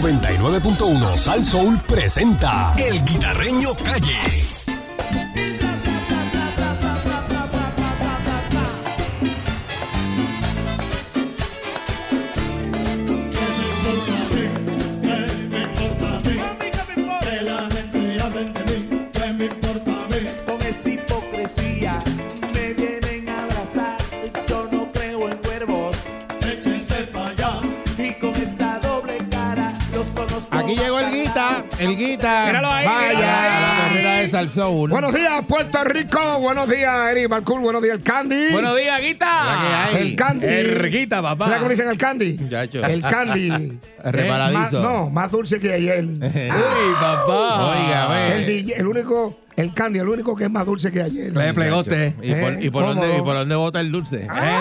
99.1 Sal Soul presenta El Guitarreño Calle. Que la gente hable de mí, que me importa a mí. Con esta hipocresía me vienen a abrazar. Yo no creo en cuervos. Échense para allá. Y con esta doble cara los conozco. Aquí llegó el Guita, el Guita. Míralo ahí, Vaya, míralo ahí. a la carrera de Salsoul. Buenos días, Puerto Rico. Buenos días, Eric Marcool. Buenos días, el Candy. Buenos días, Guita. días. ah, El Candy. Erguita, papá. ¿Sabes cómo le dicen el Candy? Muchacho. El Candy. Más- Reparadizo. no, más dulce que ayer. Uy, papá. Oiga, ve. el, DJ, el único, el Candy, el único que es más dulce que ayer. Le plegó usted. ¿Y por, Eh, y por dónde, cómodo. ¿Y por dónde bota el dulce? ¿Eh?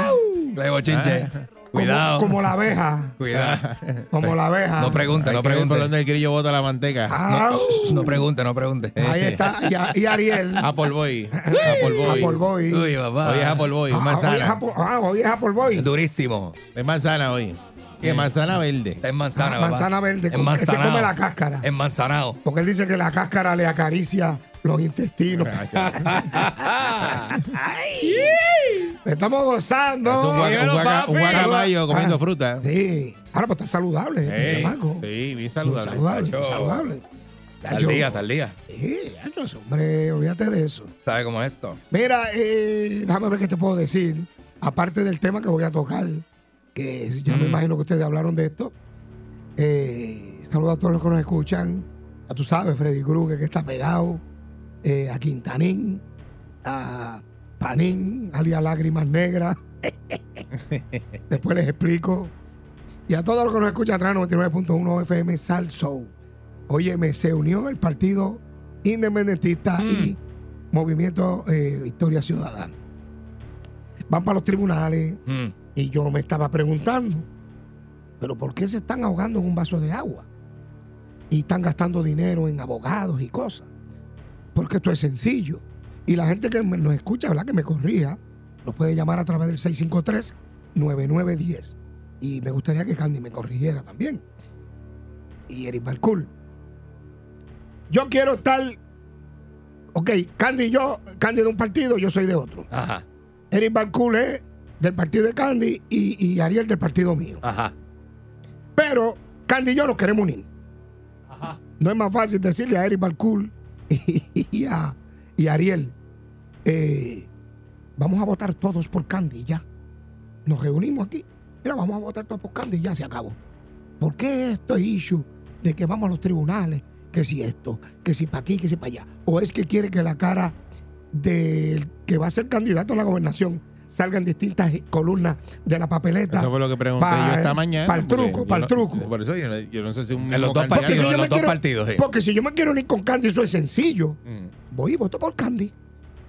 Luego, chinche. Como- Cuidado. Ah. Como, la abeja. Cuidado. Como la abeja. No pregunte, Hay no que ver por pregunte. dónde el grillo bota la manteca. Ah, No pregunte, no pregunte. Ahí está. Y, a- y Ariel. Apple Boy. Apple Boy. Apple Boy. Uy, papá. Hoy es Apple Boy, Ah, hoy es manzana. Apple- ah, hoy es Apple Boy. Durísimo. Es manzana hoy. ¿Qué? Manzana verde. Está en manzana, Ah, papá. manzana verde, En come- manzanao. se come la cáscara. En manzanao. Porque él dice que la cáscara le acaricia los intestinos. Ah, Estamos gozando. Es un, guaca- un, Dímelo, guaca- un papi. guacabayo comiendo Ah, fruta. Sí. Ahora pues está saludable este Ey, chamaco. Sí, bien saludable. saludable. Saludable, Chacho. saludable. Ya Al yo- día, al día. Sí, ya yo sé, hombre, olvídate de eso. ¿Sabe cómo es esto? Mira, eh, déjame ver qué te puedo decir. Aparte del tema que voy a tocar, que es- ya me imagino que ustedes hablaron de esto. Eh, saludo a todos los que nos escuchan. A tú sabes, Freddy Krueger, que está pegado. eh, a Quintanín. A Panín, alias Lágrimas Negras. Después les explico. Y a todos los que nos escuchan atrás, 99.1 FM Sal Soul. Óyeme, se unió el partido independentista y Movimiento eh, Historia Ciudadana. Van para los tribunales Mm. y yo me estaba preguntando, pero ¿por qué se están ahogando en un vaso de agua? Y están gastando dinero en abogados y cosas. Porque esto es sencillo. Y la gente que me- nos escucha, ¿verdad? Que me corrija, nos puede llamar a través del 653-9910. Y me gustaría que Candy me corrigiera también. Y Eric Balcool. Yo quiero estar... Ok, Candy y yo, Candy de un partido, yo soy de otro. Ajá, Eric Balcool es del partido de Candy y, y Ariel del partido mío. ajá. Pero Candy y yo nos queremos unir. No es más fácil decirle a Eric Balcool y, a, y a Ariel, eh, vamos a votar todos por Candy ya. Nos reunimos aquí. Mira, vamos a votar todos por Candy ya se acabó. ¿Por qué esto es issue de que vamos a los tribunales? Que si esto, que si para aquí, que si para allá. ¿O es que quiere que la cara del que va a ser candidato a la gobernación salga en distintas columnas de la papeleta? Eso fue lo que pregunté Pa- yo esta mañana. pa'l porque truco, yo pa'l no- truco. Por eso yo no, yo no sé si un En mismo los dos candidato- partidos. yo en me los dos quiero- partidos, sí. Porque si yo me quiero unir con Candy, eso es sencillo. Mm. Voy y voto por Candy.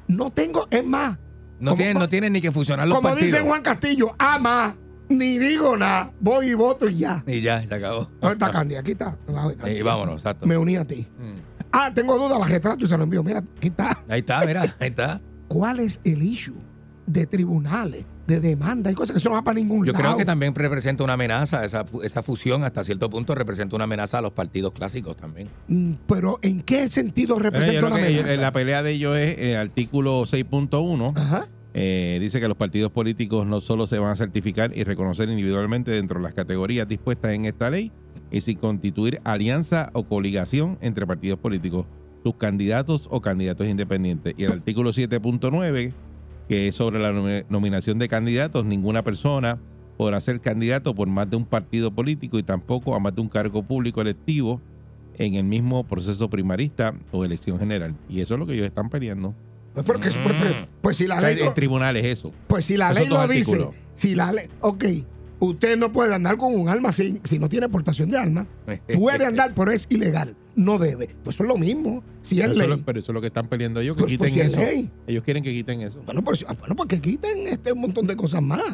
No tengo, es más. No como- tienen, no tienen ni que fusionar los Como partidos. dice Juan Castillo, ama, ni digo nada, voy y voto y ya. Y ya, se acabó. ¿Dónde está Candy? Aquí está. Abajo de Candy. Y vámonos, exacto. Me uní a ti. Mm. Ah, tengo duda, la retrato y se lo envío. Mira, aquí está. Ahí está, mira, ahí está. ¿Cuál es el issue de tribunales, de demanda y cosas que eso no va para ningún Yo lado? creo que también representa una amenaza, esa, fu- esa fusión hasta cierto punto representa una amenaza a los partidos clásicos también. Mm, Pero ¿en qué sentido Bueno, yo representa creo una que amenaza? eh, la pelea de ellos es el artículo 6.1. Eh, dice que los partidos políticos no solo se van a certificar y reconocer individualmente dentro de las categorías dispuestas en esta ley, y sin constituir alianza o coligación entre partidos políticos, sus candidatos o candidatos independientes. Y el artículo 7.9, que es sobre la nomi- nominación de candidatos, ninguna persona podrá ser candidato por más de un partido político y tampoco a más de un cargo público electivo en el mismo proceso primarista o elección general. Y eso es lo que ellos están peleando. Pues, porque- pues, Mm. pues, pues si la O sea, ley... En tribunales eso. Pues si la Esos ley dos lo dice, artículos. si la ley, ok, usted no puede andar con un arma sin- si no tiene portación de arma. Puede andar, pero es ilegal. No debe. Pues eso es lo mismo. Si es Pero eso, ley. es lo- pero eso es lo que están peleando ellos, que Pues, pues, quiten si es eso. ley. Ellos quieren que quiten eso. Bueno, pues, ah, bueno, pues que quiten este un montón de cosas más.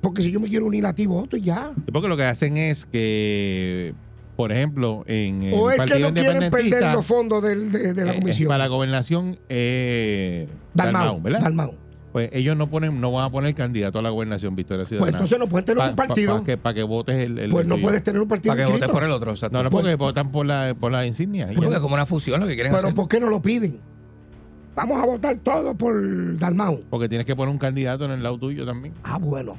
Porque si yo me quiero unir a ti, voto y ya. Porque lo que hacen es que, por ejemplo, en el o es que Eh, Partido no quieren perder Independentista, los fondos del- de, de la eh, comisión. para la gobernación, eh, Dalmau, Dalmau, ¿verdad? Dalmau. pues ellos no ponen, no van a poner candidato a la gobernación Victoria Ciudadana. Pues entonces no pueden tener un partido. Para que, pa' que votes el, el- Pues no pues- el- puedes tener un partido Para que votes inscrito. por el otro. exacto. No, no, porque votan por la, por la insignia. Pues Porque es como una fusión lo que quieren Pero hacer. ¿por qué no lo piden? Vamos a votar todos por Dalmau. Porque tienes que poner un candidato en el lado tuyo también. Ah, bueno.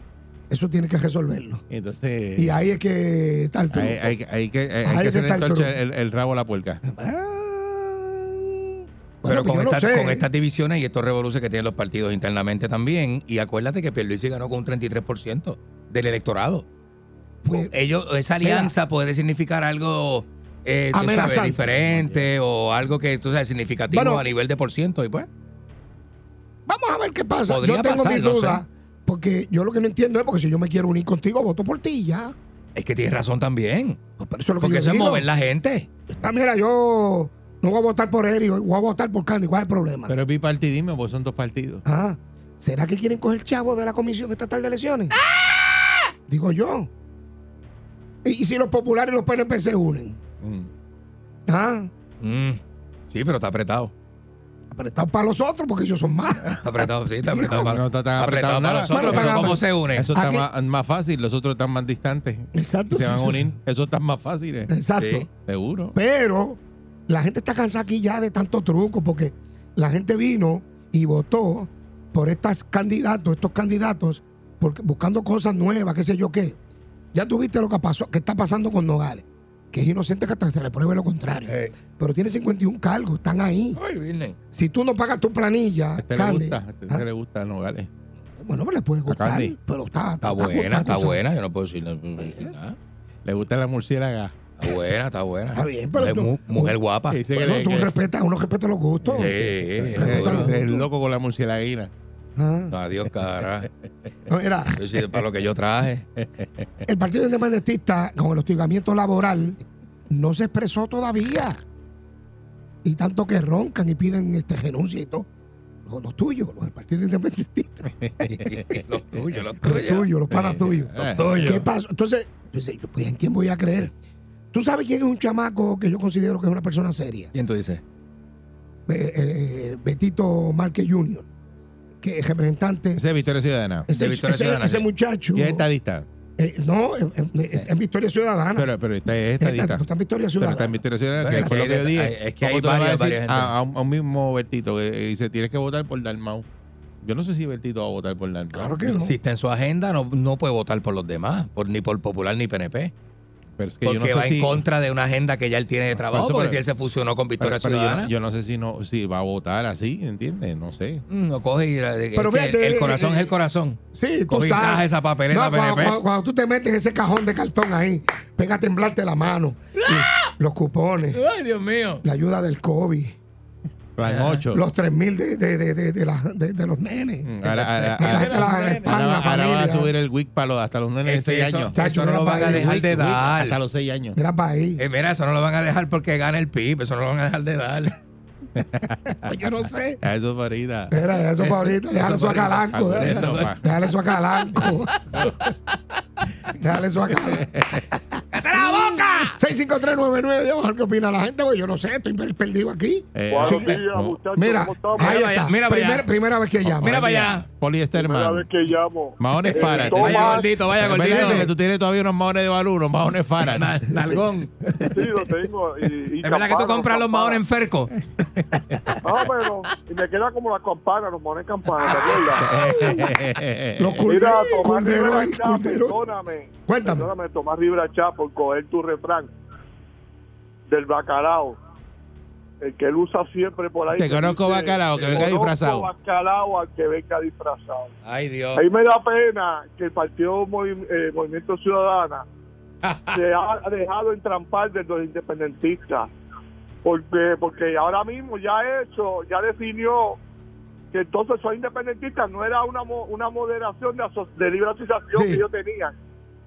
Eso tiene que resolverlo. Entonces, Y ahí es que está el truco. hay, hay que- hay que, hay Ahí que hacer está el truco. entonces el, el rabo a la puerca. Ah. Bueno, pues yo Pero con, no estas- sé. con estas divisiones y estos revoluciones que tienen los partidos internamente también, y acuérdate que Pierluisi ganó con un 33% del electorado. Pues, Ellos, esa alianza puede significar algo eh, tú sabes, Amenazante. diferente o algo que tú sabes, significativo Bueno. a nivel de por ciento. Y pues, Vamos a ver qué pasa. Podría yo tengo pasar, mis no dudas. Porque yo lo que no entiendo es porque si yo me quiero unir contigo, voto por ti ya. es que tienes razón también. Pues, pero eso es lo que Porque yo eso es digo. mover la gente. Ah, mira, yo no voy a votar por él y voy a votar por Candy. ¿Cuál es el problema? Pero es bipartidismo, porque son dos partidos. Ah, ¿Será que quieren coger chavo de la Comisión Estatal de Elecciones? ¡Ah! Digo yo. ¿Y, y si los populares y los PNP se unen? Mm. Ah, Mm, Sí, pero está apretado. Apretados para los otros porque ellos son más. Apretado, sí, está apretado. para- No está tan apretado para nada. los otros, Bueno, pero está- ¿Cómo se une? Eso está Aquí- más, más fácil, los otros están más distantes. Exacto. Se van a sí, sí, unir. sí. Eso está más fácil, eh. Exacto. Sí. seguro. Pero la gente está cansada aquí ya de tanto truco porque la gente vino y votó por estas candidatos, estos candidatos, porque, buscando cosas nuevas, qué sé yo qué. Ya tuviste lo que pasó, que está pasando con Nogales, que es inocente que hasta se le pruebe lo contrario. Eh, Pero tiene 51 cargos, están ahí. ay, Virgen. Si tú no pagas tu planilla, A este le Candy, gusta, a este ah, le gusta, no vale. bueno, pero le puede gustar, Candy. pero está, Está buena, está buena. Yo no puedo decir no puedo decir nada. Le gusta la murciélaga. Está buena, está buena. Está bien, pero Mujer tú- Oh. mu- mujer guapa. Dice que Bueno, le- tú que- respetas, uno respeta los gustos. Sí, sí, dice que Respeta los sí. es el gustos. loco con la murciélaguina. Ah. Adiós, cara. Mira, Yo sí, para lo que yo traje. El Partido Independentista, con el hostigamiento laboral, no se expresó todavía. Y tanto que roncan y piden este renuncio y todo. Los, los tuyos, los del Partido Independentista. los tuyos, los Los tuyos. tuyos, los panas tuyos. Eh, ¿Qué pasó? Entonces, entonces, yo, pues, ¿en quién voy a creer? ¿Tú sabes quién es un chamaco que yo considero que es una persona seria? ¿Quién tú dices? Be- eh, Betito Márquez Jr., que es representante. Ese es Victoria Ciudadana. Ese, de Victoria ese- Ciudadana, ese sí. muchacho. Y es estadista. eh, no, eh, eh, eh, es Victoria Ciudadana. Pero, pero este es Esta- estadista. está en Victoria Pero Ciudadana. está en Victoria Ciudadana, Bueno, que es fue que lo que yo hay- dije. es que ¿Cómo hay tú le vas a decir varias- varias gente? a, a un, a un mismo Bertito que eh, dice, tienes que votar por Dalmau. Yo no sé si Bertito va a votar por Dalmau. Claro que no. Si está en su agenda, no, no puede votar por los demás, por, ni por Popular ni PNP. Pero es que yo no Porque sé va si- en contra de una agenda que ya él tiene de trabajo. Por eso, porque pero- si él se fusionó con pero- Victoria pero yo, Ciudadana, no- yo no sé si no si va a votar así, ¿entiendes? No sé. mm, lo coge y. la- es Pero que fíjate, el, el corazón eh, es el corazón. Sí, tú Cogí sabes. traje esa papeleta No, cuando, PNP. cuando- cuando tú te metes en ese cajón de cartón ahí, pega a temblarte la mano. Y Los cupones, Ay, Dios mío. la ayuda del COVID, Plan 8. los 3 mil de, de, de, de, de la- de- de los nenes. Ahora, ahora- La Mm, ahora- gente la- la espalda, ahora va- ahora va a familia. subir el WIC para los, hasta los nenes Es de que 6 eso, años. eso Chacho, Este no no lo van va a a dejar de Wick, Wick, dar. Hasta los 6 años. Mira para ahí. Eh, mira, eso no lo van a dejar porque gana el PIB. Eso no lo van a dejar de dar. Pues Yo no sé. A eso Farida. Mira, eso Eso- para ahorita. eso Déjale eso a para ahorita. Calanco. Ah, Déjale eso pa- déjale eso a Calanco. Déjale eso a Calanco. ¡Cállate la boca! 65399, vamos a ver qué opina la gente, porque yo no sé, estoy per- perdido aquí. Eh, Buenos sí, días, no. muchachos. Mira, ¿Cómo estamos? ahí Mira para está. allá, mira para allá. Primera- Primera vez que llama. Mira para allá. Poliéster, Primera man. vez que llamo. Mahones Farah. Tenés- toma. Vaya gordito, vaya ¿Verdad eso? que gordito. tú tienes todavía unos maones de balú, unos maones Farah. Na- Nalgón. Sí, lo tengo. Y, y ¿Es verdad que tú campana, compras los campana. maones en Ferco? Más o menos. Y me queda como la campana, los maones campana, ¿te Ah, acuerdas? Los Mira, culderos, Tomás Rivera culderos, Chá, culderos. perdóname. eh, Cuéntame. Perdóname, Tomás Rivera Chá, por coger tu refrán del bacalao. El que él usa siempre por ahí. Te que conozco dice, bacalao, que "Te venga conozco disfrazado". bacalao al que venga disfrazado. Ay, Dios. Ahí me da pena que el Partido Movi- eh, Movimiento Ciudadana se ha dejado entrampar de los independentistas. Porque, porque ahora mismo ya ha hecho, ya definió que entonces soy independentista, no era una, mo- una moderación de, aso- de libre asociación Sí. que yo tenía.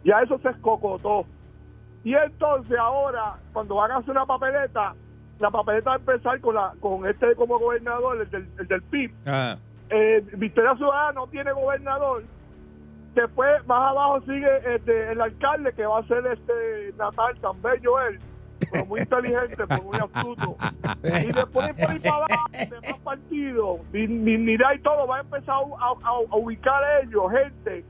Ya eso se escocotó. Y entonces ahora, cuando van a hacer una papeleta, la papeleta va a empezar con, la, con este como gobernador, el del, el del PIB, Ah, eh, Victoria Ciudadana no tiene gobernador. Después, más abajo sigue este, el alcalde, que va a ser este Natal, tan bello él. pero muy inteligente, pero muy astuto. Y después de por ahí para abajo, demás partidos, ni, ni, ni da y todo, va a empezar a, a- a ubicar a ellos, gente,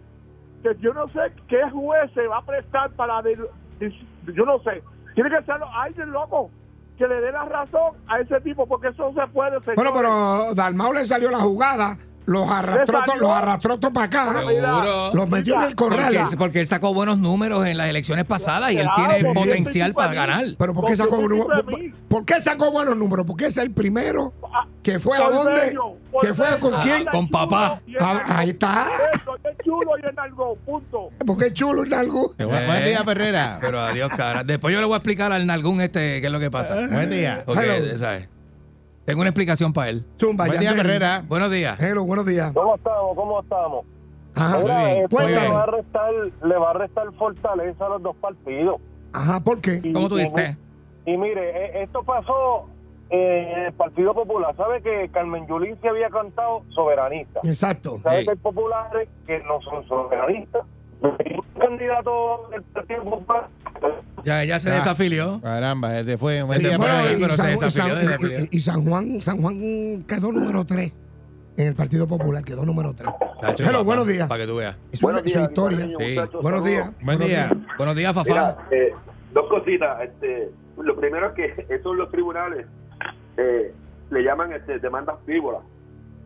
que yo no sé qué juez se va a prestar para... del- dis- yo no sé, tiene que ser alguien loco que le dé la razón a ese tipo, porque eso no se puede, señor. Bueno, pero Dalmau le salió la jugada, los arrastró, Le to- salió. los arrastró todo para Ah, acá, Seguro. los metió en el corral. Porque, porque él sacó buenos números en las elecciones pasadas y él Claro, tiene porque potencial este tipo para es- ganar. Pero ¿por qué sacó, Porque yo buenos- por, siempre vi. por qué sacó buenos números? Porque es el primero Ah, que fue a Por dónde, medio, por que fue medio. con Ah, quién. Con papá. y el Ah, nalgón. ahí está. Eso, y el chulo y el nalgón, punto. Porque es chulo el algo. Eh, bu- Buen día, Perrera. Pero adiós, cara. Después yo le voy a explicar al Nalgún este qué es lo que pasa. Buen día. Porque, Hello. ¿sabes? Tengo una explicación para él. Tumba, Buen día, Yandel. Perrera. Buenos días. Hello, buenos días. ¿Cómo estamos? ¿Cómo estamos? Ajá, Muy bien, eh, esto Ah, muy le bien. va, a restar, le va a restar fortaleza a los dos partidos. ajá, ¿por qué? Y- ¿Cómo tú y- dices? Y mire, eh, esto pasó eh, en el Partido Popular. ¿Sabe que Carmen Yulín se había cantado soberanista? Exacto. ¿Sabe Sí. que hay populares que no son soberanistas? Un candidato del Partido Popular Ya, ya se Ah. desafilió. Caramba, este fue un buen Sí, día, fue- Perrera. ahí, y, pero se San, y desafilió, San- desafilió. y San Juan, San Juan quedó número 3 en el Partido Popular, quedó número 3. Tacho, Hello, papá, buenos días. Para que tú veas. Es una, es una historia. Guitarreño, Sí. muchachos, Buenos saludos. días. Buen buenos día. Buenos días, Fafá. Mira, eh, dos cositas. Este, lo primero es que esos los tribunales eh, le llaman este, demandas frívolas.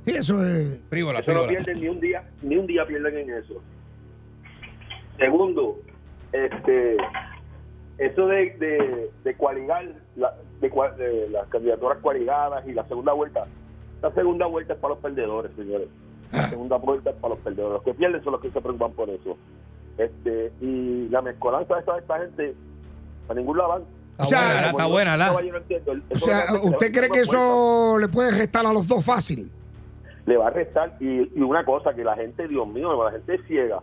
Sí, eso es. Frívola, Eso no frívola. pierden ni un día, ni un día pierden en eso. Segundo, este, eso de, de, de cualigar, la- de, cua- de las candidaturas cualigadas y la segunda vuelta. La segunda vuelta es para los perdedores, señores. Ah. La segunda vuelta es para los perdedores. Los que pierden son los que se preocupan por eso. Este, y la mezcolanza de esta, esta gente, a ningún lado van. Está O sea, buena, la- está Como yo- buena, la. yo no entiendo. O Eso sea, realmente ¿usted le cree va a que dar una eso vuelta le puede restar a los dos fácil? le va a restar. Y, y una cosa, que la gente, Dios mío, la gente es ciega.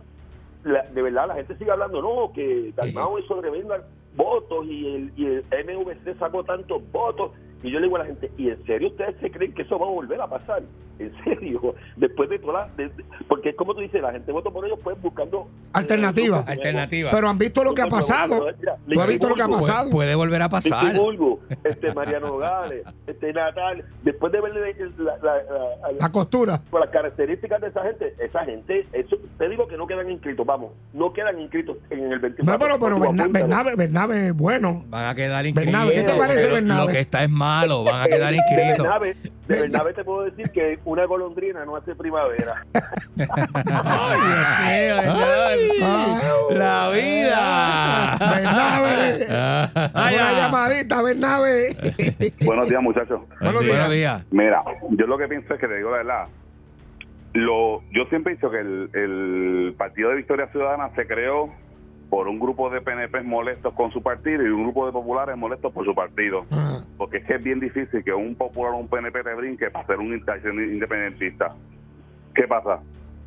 La- de verdad, la gente sigue hablando, no, que Dalmau hizo tremendas votos y el, y el MVC sacó tantos votos. Y yo le digo a la gente, ¿y en serio ustedes se creen que eso va a volver a pasar? ¿En serio? Después de toda la... de- porque es como tú dices, la gente votó por ellos pues buscando... Alternativa. eh, Alternativa. Pues, Pero han visto lo que ha Grupos nuevos. pasado. Mira, ¿Tú has visto lo que ha Luxemburgo, Pu- pasado? Puede volver a pasar. Vicky Bulgo, este Mariano Nogales, este Natal, después de verle la- la- la- pues. la- La costura. por las características de esa gente, esa gente, eso, te digo que no quedan inscritos, vamos, no quedan inscritos en el 24. No, pero, pero Tú Berna- apúntalo. Bernabe, Bernabe es bueno. Van a quedar Bernabe, inscritos. ¿qué te parece, Lo- Bernabe? Lo que está es malo. Van a quedar De inscritos. Bernabe, de Bernabe te puedo decir que una golondrina no hace primavera. Ay, Dios mío, Bernabe. La vida. Bernabe. Ah. Ay, Una ay. llamadita, Bernabe. Buenos días, muchachos. Buenos días. Buenos días. Mira, yo lo que pienso es que te digo la verdad. Lo, yo siempre he dicho que el, el Partido de Victoria Ciudadana se creó por un grupo de PNP molestos con su partido y un grupo de populares molestos por su partido. Ah, Porque es que es bien difícil que un popular o un PNP te brinque para ser un inter- independentista. ¿Qué pasa?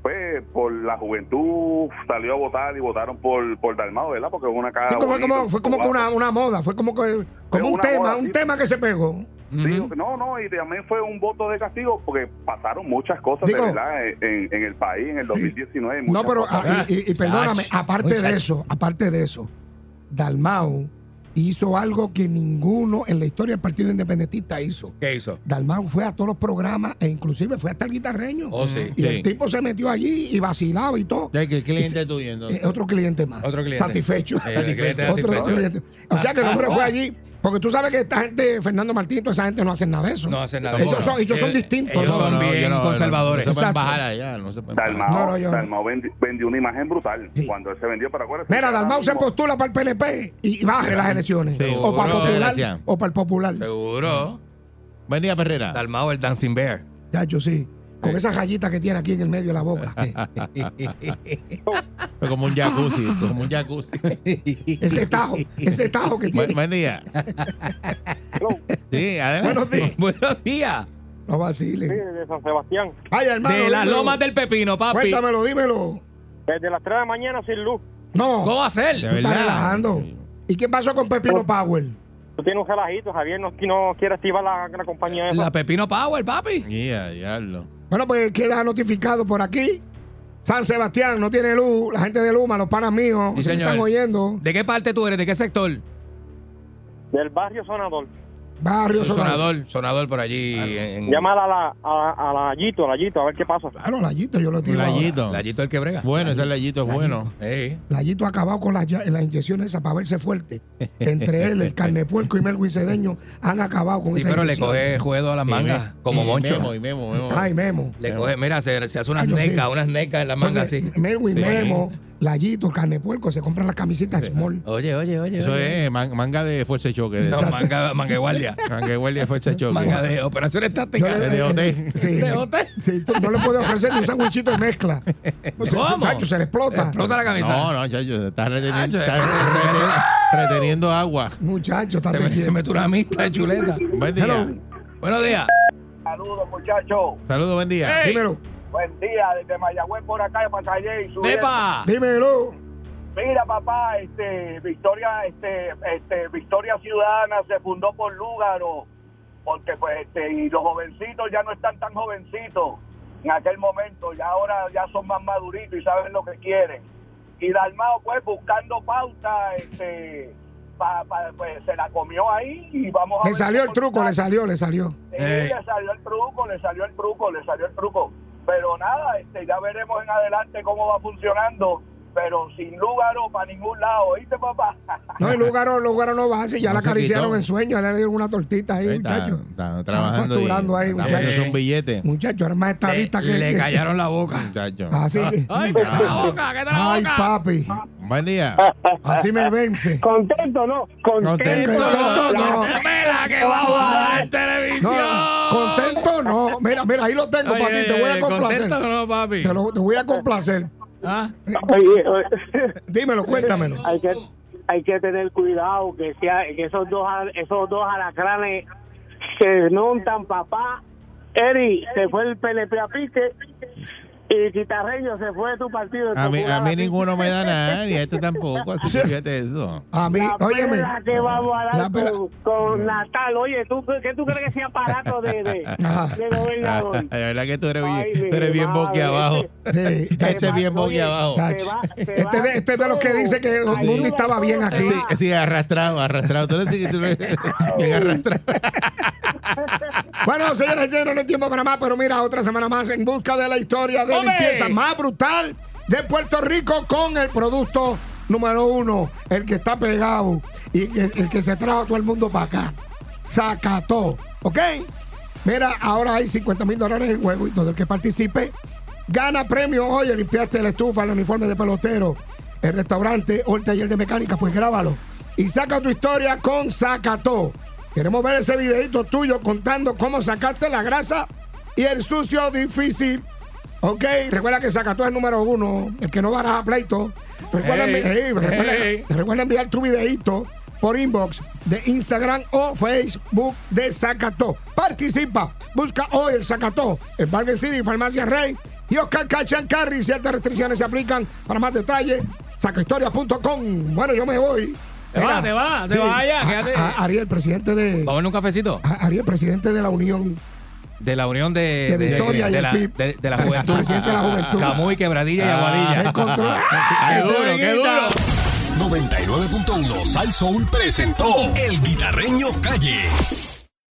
Pues por la juventud salió a votar y votaron por, por Dalmado, ¿verdad? Porque es una cara. sí, como- bonita, como- fue como que una, una moda, fue como que como un una tema, moda, un sí. tema que se pegó. Sí, Ujú. no, no, y también fue un voto de castigo porque pasaron muchas cosas Digo- de verdad en, en- en el país en el 2019. No, muchas pero cosas. ah, y, y- y perdóname, Chacho, aparte de muchacho. eso, aparte de eso, Dalmau hizo algo que ninguno en la historia del Partido Independentista hizo. ¿Qué hizo? Dalmau fue a todos los programas e inclusive fue hasta el guitarreño. Oh, sí. y sí. el tipo se metió allí y vacilaba y todo. Ya, ¿Qué cliente tuyo entonces? Eh, otro cliente más. Otro cliente. Satisfecho. Eh, el cliente Otro satisfecho. Ah, cliente. O sea que el hombre fue allí. Porque tú sabes que esta gente, Fernando Martín, toda esa gente no hacen nada de eso. No hacen nada. Ellos son, ellos son Ellos- distintos. ellos ¿no? son yo bien conservadores. No, se pueden Exacto. bajar allá, no se pueden bajar. Dalmao, No, no, yo no. Dalmao vendi- vendió una imagen brutal Sí. cuando él se vendió, pero acuérdese. Mira, que ahora Dalmau se mismo- postula para el PNP y y baje las elecciones. Seguro. O para el Gracias. popular. O para el popular. Seguro. Buen día, Perrera. Dalmao el Dancing Bear. Chacho, sí. Con esa rayita que tiene aquí en el medio de la boca. Fue como un jacuzzi, como un jacuzzi. ese tajo. Ese tajo que buen, tiene. buen día. sí, adelante. Buenos días. Buenos días. No Sí, vaciles. de San Sebastián. Ay, hermano. De las dímelo. lomas del pepino, papi. Cuéntamelo, dímelo. Desde las 3 de la mañana sin luz. No. ¿Cómo De hacer? Tú estás verdad. relajando. ¿Y qué pasó con Pepino Power? Tú tienes un relajito, Javier no, no quiere activar la, la compañía esa. La pepino power, papi. Ya, diablo. Bueno, pues queda notificado por aquí. San Sebastián no tiene luz. La gente de Luma, los panas míos, Sí, se me señor. están oyendo. ¿De qué parte tú eres? ¿De qué sector? Del barrio Sonador. Barrio sonador, sonador por allí. En, Llámala a la, a, a la Yito, a la Yito, a ver qué pasa. Claro, Layito, yo lo tiro. ahora. Lallito el que brega. Bueno, ese Layito es bueno. Ey. Layito ha acabado con las, ya- las inyecciones esas para verse fuerte. Entre él, el carnepuerco y Melwin Cedeño han acabado con Sí, esas pero le inyecciones. coge juego a las mangas, como Y Moncho. Memo, y Memo, Memo. Ay, Memo. Le coge, mira, se, se hace unas Ay, yo necas, Ah, sí. unas necas en las mangas así. Entonces, Melwin, Sí. Memo, Layito, el carnepuerco, se compran las camisetas small. Oye, oye, oye. Eso oye. es man- manga de fuerza y choque. de No, esa. manga, manga de guardia. Manga de huelga de fuerza y choque. manga de operaciones Yo tácticas. le- De hotel. Sí. De hotel. Sí, tú- no le puedes ofrecer ni un sándwichito de mezcla. O sea, ¿Cómo? pues, ese chacho, se le explota. Explota la camisa. No, no, chacho, está Ah, reteniendo, Chacho, está eh. reteniendo- reteniendo agua. Muchacho, está Se me- se mete una amista de chuleta. Buen día. Buenos días. Saludos, muchachos. Saludos, buen día. Dímelo, Buen día, desde Mayagüez por acá, de Matallé y subiendo. ¡Pepa! dímelo. Mira, papá, este, Victoria, este, este, Victoria Ciudadana se fundó por Lúgaro, porque pues, este, y los jovencitos ya no están tan jovencitos en aquel momento, ya ahora ya son más maduritos y saben lo que quieren. Y Dalmao, pues, buscando pauta, este, pa- pa- pues, se la comió ahí y vamos a Le ver salió el cómo truco, está. le salió, le salió. Sí, Eh. le salió el truco, le salió el truco, le salió el truco. Pero nada, este, ya veremos en adelante cómo va funcionando. Pero sin lugar o para ningún lado, ¿oíste, papá? No, el lugar, el lugar no va así, ya No la se acariciaron quitó. en sueño, ya le dieron una tortita ahí, Ahí Está, muchacho. está trabajando. y- facturando ahí, está muchacho. poniéndose un billete. Muchacho, ahora es más estadista que. Le, le que- callaron la boca. Muchacho. Así que. ¡Ay, qué la boca! ¡Qué la Ay, boca! papi. Buen día. Así me vence. Contento, ¿no? Contento. Contento, no. ¡La pela que vamos a dar en No, televisión! contento no. Mira, mira, ahí lo tengo Oye, para ti. Te voy a complacer. ¿Contento o no, papi? Te, lo, te voy a complacer. ¿Ah? Dímelo, cuéntamelo. hay que hay que tener cuidado que sea que esos dos a- esos dos alacranes se montan papá Eri se fue el PNP a pique y Quitarreño se fue de tu partido A mí, a mí Popular pique. ninguno me da nada, ni a este tampoco. Así que fíjate eso. A mí, La óyeme. pela que vamos a dar La pela. con, con Natal oye tú qué tú crees que sea aparato de de, Ajá. de gobernador De Ah, verdad que tú eres bien, Ay, mi tú eres bien madre, boqui abajo. ese- Sí, se Este va- bien boqui oye, abajo. se va- se Este, va de- este es de los que todo. dice que el mundo Ayuda estaba bien todo, aquí. se Sí, va. sí, arrastrado, arrastrado. Tú eres, sí que tú eres bien arrastrado. Bueno, señores, ya no hay tiempo para más, pero mira, otra semana más en busca de la historia de ¡Hombre! limpieza más brutal de Puerto Rico con el producto número uno, el que está pegado y el, el que se trajo a todo el mundo para acá. Zacató, ¿ok? Mira, ahora hay 50 mil dólares en juego y todo el que participe gana premio hoy. Limpiaste la estufa, el uniforme de pelotero, el restaurante o el taller de mecánica, pues grábalo. Y saca tu historia con Zacató. Queremos ver ese videito tuyo contando cómo sacaste la grasa y el sucio difícil. Ok, recuerda que Zacató es el número uno, el que no baraja pleito. Recuerda, Ey, envi- ey, recuerda- ey. recuerda enviar tu videito por inbox de Instagram o Facebook de Zacató. Participa, busca hoy el Zacató en Bargain City, Farmacia Rey y Oscar Cachan Carry. Ciertas restricciones se aplican. Para más detalles, sacahistoria.com. Bueno, yo me voy. Ah, Te va, te va, te va allá, quédate. A- a- ah, Ariel, presidente de. ¿Vamos a un cafecito? a- Ariel, presidente de la Unión De la unión de... de Victoria y de el la, PIB. de, de la Pres- juventud. Presidente de la juventud. Camuy, Quebradilla y Ah, Aguadilla. El control. ¡Qué duro, Ese qué duro! 99.1 Sal Soul presentó El Guitarreño Calle.